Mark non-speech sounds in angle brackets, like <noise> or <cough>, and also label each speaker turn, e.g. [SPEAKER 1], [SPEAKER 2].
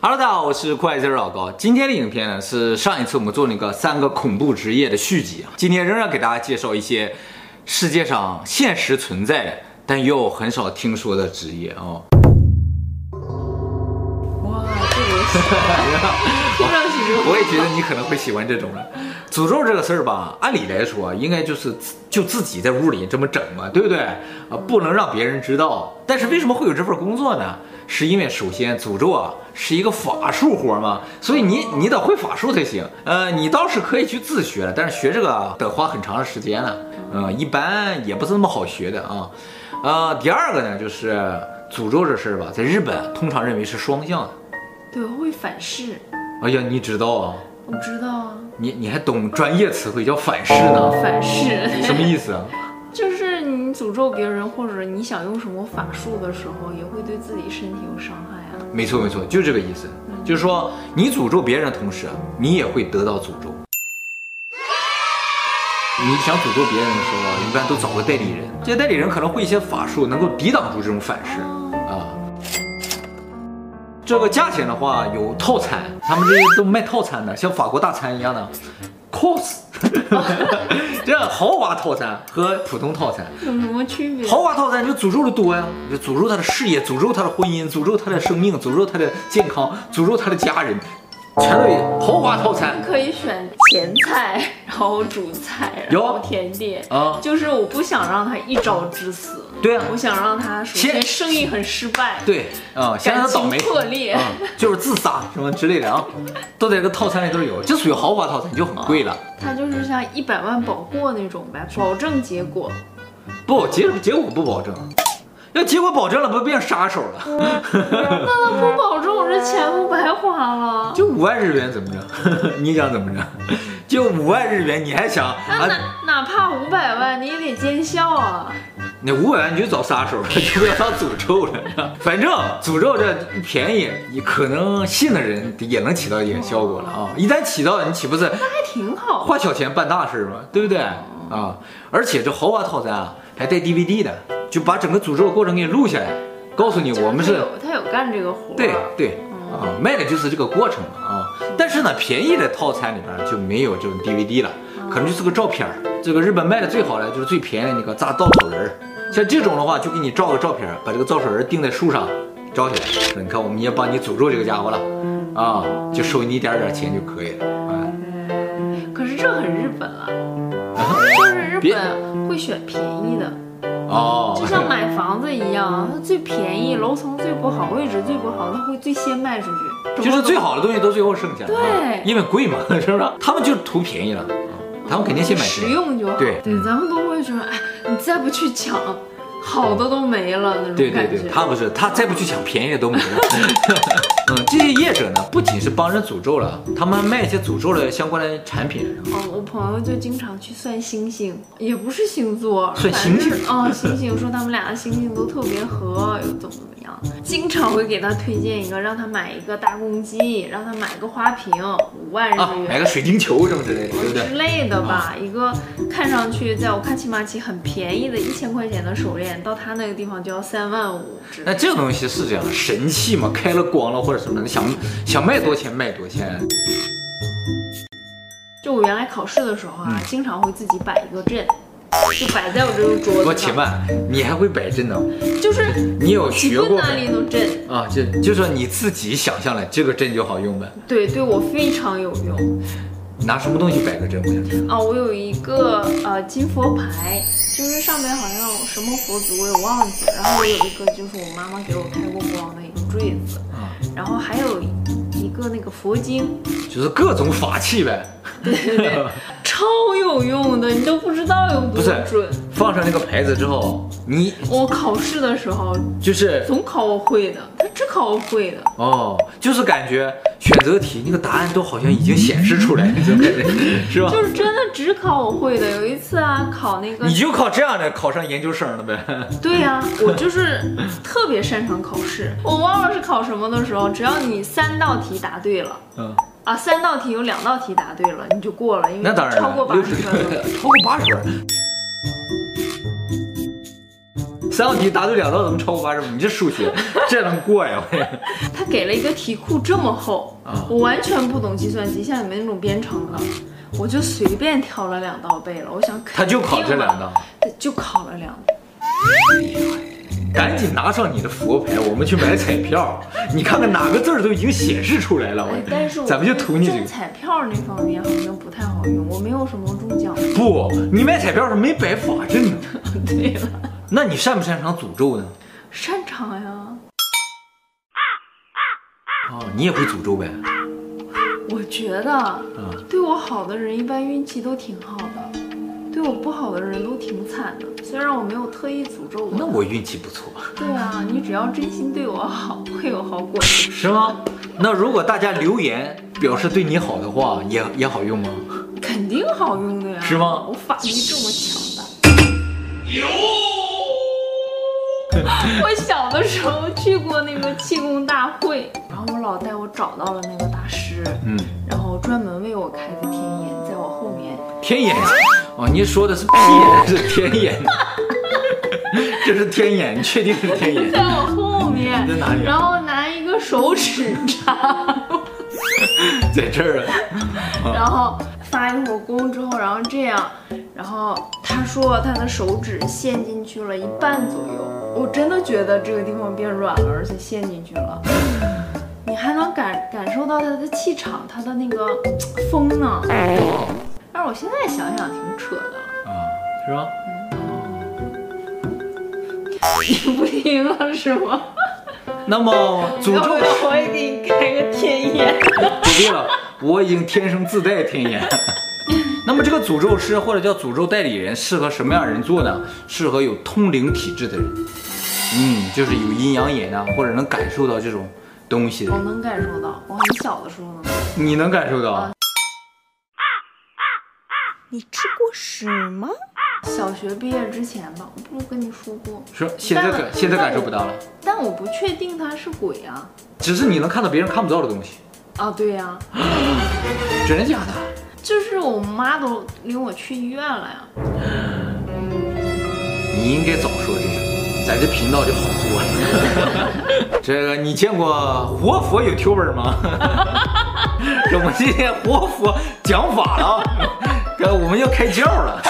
[SPEAKER 1] Hello，大家好，我是酷爱 Zero 老高。今天的影片呢是上一次我们做那个三个恐怖职业的续集啊，今天仍然给大家介绍一些世界上现实存在的但又很少听说的职业哦。
[SPEAKER 2] 哇，这个游戏听上去就
[SPEAKER 1] <laughs> 我也觉得你可能会喜欢这种的。诅咒这个事儿吧，按理来说啊应该就是自就自己在屋里这么整嘛，对不对？啊，不能让别人知道。但是为什么会有这份工作呢？是因为首先诅咒啊是一个法术活嘛，所以你你得会法术才行。呃，你倒是可以去自学的，但是学这个得花很长的时间了，嗯、一般也不是那么好学的啊。呃，第二个呢，就是诅咒这事儿吧，在日本啊通常认为是双向的。
[SPEAKER 2] 对会反噬，
[SPEAKER 1] 哎呀，你知道啊？
[SPEAKER 2] 我知道啊，
[SPEAKER 1] 你你还懂专业词汇叫反噬呢？
[SPEAKER 2] 反噬 <laughs>
[SPEAKER 1] 什么意思啊？
[SPEAKER 2] 就是你诅咒别人或者你想用什么法术的时候，也会对自己身体有伤害啊。
[SPEAKER 1] 没错没错，就这个意思。就是说，你诅咒别人的同时，你也会得到诅咒。你想诅咒别人的时候啊，一般都找个代理人，这些代理人可能会一些法术，能够抵挡住这种反噬啊。这个价钱的话，有套餐，他们这些都卖套餐的，像法国大餐一样的，cos，这豪华套餐和普通套餐。
[SPEAKER 2] 有什么区别？
[SPEAKER 1] 豪华套啊餐就诅咒的多呀，你就诅咒他的事业，诅咒他的婚姻，诅咒他的生命，诅咒他的健康，诅咒他的家人，全都有豪华套餐。
[SPEAKER 2] 可以选前菜，然后主菜，然
[SPEAKER 1] 有
[SPEAKER 2] 后甜点
[SPEAKER 1] 啊
[SPEAKER 2] 就是我不想让他一招致死，
[SPEAKER 1] 对啊
[SPEAKER 2] 我想让他首先
[SPEAKER 1] 先
[SPEAKER 2] 生意很失败，，
[SPEAKER 1] 对啊，先让
[SPEAKER 2] 感
[SPEAKER 1] 他倒
[SPEAKER 2] 情
[SPEAKER 1] 霉，
[SPEAKER 2] 破裂，
[SPEAKER 1] 啊，就是自杀什么之类的啊，都在这个套餐里都有，这属于豪华套餐，就很贵了。
[SPEAKER 2] 他就是像一百万保过那种呗，保证结果。
[SPEAKER 1] 不结结果不保证，要结果保证了，不变杀手了？
[SPEAKER 2] 那他不保证我这钱不白花了？
[SPEAKER 1] 就五万日元怎么着？ <laughs> 你想怎么着？就五万日元，你还想
[SPEAKER 2] 那
[SPEAKER 1] 啊？
[SPEAKER 2] 哪哪怕五百万，你也得见效啊！
[SPEAKER 1] 那五百万你就找杀手了， <laughs> 就不要当诅咒了。反正诅咒这一便宜，你可能信的人也能起到一点效果了啊！一旦起到，你岂不是
[SPEAKER 2] 还挺好。
[SPEAKER 1] 花小钱办大事吗？对不对啊？而且这豪华套餐啊，还带 DVD 的，就把整个诅咒的过程给你录下来，告诉你我们
[SPEAKER 2] 就是他有他有干这个活儿，
[SPEAKER 1] 对对
[SPEAKER 2] 嗯
[SPEAKER 1] 啊，卖的就是这个过程啊。但是呢，便宜的套餐里边就没有这种 DVD 了，
[SPEAKER 2] 嗯
[SPEAKER 1] 可能就是个照片儿。这个日本卖的最好的就是最便宜的那个炸稻草人儿，像这种的话，就给你照个照片儿，把这个稻草人儿钉在树上，照起来。你看，我们也帮你诅咒这个家伙了
[SPEAKER 2] 嗯
[SPEAKER 1] 啊，就收你一点儿点儿钱就可以了啊。
[SPEAKER 2] 可是这很日
[SPEAKER 1] <laughs>
[SPEAKER 2] 本啊，就是日
[SPEAKER 1] 别
[SPEAKER 2] 本会选便宜的，
[SPEAKER 1] 哦，
[SPEAKER 2] 嗯就像买房子一样，它最便宜，楼层最不好，位置最不好，它会最先卖出
[SPEAKER 1] <laughs>
[SPEAKER 2] 去。
[SPEAKER 1] 就是最好的东西都最后剩下，
[SPEAKER 2] 对
[SPEAKER 1] 啊因为贵嘛， <laughs> 是不是？他们就是图便宜了，啊他们肯定先买
[SPEAKER 2] 实
[SPEAKER 1] 便宜
[SPEAKER 2] 用就好。
[SPEAKER 1] 对
[SPEAKER 2] 咱们都会觉得，哎，你再不去抢，好的都没了
[SPEAKER 1] 对
[SPEAKER 2] 那种
[SPEAKER 1] 对
[SPEAKER 2] 感觉。
[SPEAKER 1] 对，他不是，他再不去抢便宜的都没了。 <laughs> 嗯，这些业者呢，不仅是帮人诅咒了，他们卖一些诅咒的相关的产品。
[SPEAKER 2] 哦，我朋友就经常去算星星，也不是星座，
[SPEAKER 1] 算
[SPEAKER 2] 反正
[SPEAKER 1] 星
[SPEAKER 2] 是哦，星星说他们俩的星星都特别合，又怎么怎么样，经常会给他推荐一个，让他买一个大公鸡，让他买个花瓶，五万
[SPEAKER 1] 啊
[SPEAKER 2] 日，
[SPEAKER 1] 买
[SPEAKER 2] 元。
[SPEAKER 1] 个水晶球什么之类的，对不对啊
[SPEAKER 2] 之？类的吧，一个看上去在我看奇玛奇很便宜的一千块钱的手链，到他那个地方就要三万五之类
[SPEAKER 1] 那
[SPEAKER 2] 的。
[SPEAKER 1] 这个东西是这样，神器嘛，开了光了或者什么的，想想卖多钱卖多钱。
[SPEAKER 2] 就我原来考试的时候啊，
[SPEAKER 1] 嗯
[SPEAKER 2] 经常会自己摆一个阵，就摆在我这个桌子上。
[SPEAKER 1] 我且慢，你还会摆阵呢？
[SPEAKER 2] 就是
[SPEAKER 1] 你有
[SPEAKER 2] 几
[SPEAKER 1] 学
[SPEAKER 2] 棍
[SPEAKER 1] 过
[SPEAKER 2] 哪里能震。
[SPEAKER 1] 啊？就就说你自己想象了这个阵就好用呗，
[SPEAKER 2] 对，对我非常有用
[SPEAKER 1] 拿什么东西摆个阵？我想知道
[SPEAKER 2] 啊！我有一个呃金佛牌，就是上面好像有什么佛祖我也忘记了，然后我有一个就是我妈妈给我开过光的一个坠子，
[SPEAKER 1] 啊，
[SPEAKER 2] 然后还有一个那个佛经，
[SPEAKER 1] 就是各种法器呗。
[SPEAKER 2] 超有用的，你都不知道有
[SPEAKER 1] 不
[SPEAKER 2] 多
[SPEAKER 1] 是
[SPEAKER 2] 准。
[SPEAKER 1] 放上那个牌子之后，你
[SPEAKER 2] 我考试的时候
[SPEAKER 1] 就是
[SPEAKER 2] 总考我会的，他只考我会的。
[SPEAKER 1] 哦，就是感觉选择题那个答案都好像已经显示出来了，就感觉是吧？
[SPEAKER 2] 就是真的只考我会的。有一次啊，考那
[SPEAKER 1] <laughs>
[SPEAKER 2] 个
[SPEAKER 1] 你就靠这样的考上研究生了呗？
[SPEAKER 2] 对呀、我就是特别擅长考试。我忘了是考什么的时候，只要你三道题答对了
[SPEAKER 1] <laughs> 嗯，
[SPEAKER 2] 啊，三道题有两道题答对了，你就过了，因为
[SPEAKER 1] 那当然
[SPEAKER 2] 超过
[SPEAKER 1] 了，
[SPEAKER 2] 八
[SPEAKER 1] 六
[SPEAKER 2] 十
[SPEAKER 1] 十
[SPEAKER 2] 分了。
[SPEAKER 1] 超过八十分。三道题答对两道，怎么超过八十分？你这数学这能过呀？我也
[SPEAKER 2] 他给了一个题库这么厚
[SPEAKER 1] 啊，
[SPEAKER 2] 我完全不懂计算机，像你们那种编程的，我就随便挑了两道背了。我想
[SPEAKER 1] 他就考这两 <laughs> 道，
[SPEAKER 2] 肯定了，就考了两道。
[SPEAKER 1] 赶紧拿上你的佛牌，我们去买彩票。你看看哪个字儿都已经显示出来了，
[SPEAKER 2] 哎
[SPEAKER 1] 我，
[SPEAKER 2] 但是我
[SPEAKER 1] 咱们就图你这
[SPEAKER 2] 中
[SPEAKER 1] 个。
[SPEAKER 2] 彩票那方面好像不太好用，我没有什么中奖。
[SPEAKER 1] 不，你买彩票是没摆法阵呢。
[SPEAKER 2] <laughs> 对了，
[SPEAKER 1] 那你擅不擅长诅咒呢？
[SPEAKER 2] 擅长呀，
[SPEAKER 1] 哦，你也会诅咒呗？
[SPEAKER 2] 我觉得
[SPEAKER 1] 啊、
[SPEAKER 2] 对我好的人一般运气都挺好的，对我不好的人都挺惨的。虽然我没有特意诅咒
[SPEAKER 1] 那
[SPEAKER 2] 我，
[SPEAKER 1] 我运气不错，
[SPEAKER 2] 对啊，你只要真心对我好，会有好果子。
[SPEAKER 1] 是吗？那如果大家留言表示对你好的话，也也好用吗？
[SPEAKER 2] 肯定好用的呀，
[SPEAKER 1] 是吗
[SPEAKER 2] 我法力这么强大。有。我小的时候去过那个气功大会，然后我老带我找到了那个大师，
[SPEAKER 1] 嗯，
[SPEAKER 2] 然后专门为我开的天眼，在我后面。
[SPEAKER 1] 天眼，哦，你说的是屁眼，是天眼， <laughs> 这是天眼，你确定是天眼？
[SPEAKER 2] 在我后
[SPEAKER 1] <laughs>
[SPEAKER 2] 面
[SPEAKER 1] 你在哪里啊，
[SPEAKER 2] 然后拿一个手指插，
[SPEAKER 1] 在这儿啊？
[SPEAKER 2] 然后发一会儿功之后，然后这样，然后他说他的手指陷进去了一半左右，我真的觉得这个地方变软了，而且陷进去了。你还能感感受到他的气场，他的那个嘖风呢。但是我现在想想挺扯的了，
[SPEAKER 1] 哦啊，是吗？
[SPEAKER 2] 你不听了是吗？
[SPEAKER 1] 那么诅
[SPEAKER 2] 要不
[SPEAKER 1] 咒
[SPEAKER 2] 然我也给你开个天眼。
[SPEAKER 1] 不对了，我已经天生自带天眼。 <laughs> 那么这个诅咒师或者叫诅咒代理人适合什么样的人做呢？适合有通灵体质的人，嗯，就是有阴阳眼啊，或者能感受到这种东西的
[SPEAKER 2] 我
[SPEAKER 1] 人。
[SPEAKER 2] 能感受到，我很小的时候能。
[SPEAKER 1] 你能感受到
[SPEAKER 2] 啊？你吃过屎吗？小学毕业之前吧，我不是跟你说过，
[SPEAKER 1] 说现在感现在感受不到了，
[SPEAKER 2] 但我不确定他是鬼啊。
[SPEAKER 1] 只是你能看到别人看不到的东西，
[SPEAKER 2] 啊，对呀、
[SPEAKER 1] 真的假的？
[SPEAKER 2] 就是我妈都领我去医院了呀。
[SPEAKER 1] 你应该早说这个，咱这频道就好多了。这个你见过活佛有 tuber 吗？我们今天活佛讲法了啊，哥，我们要开窍了。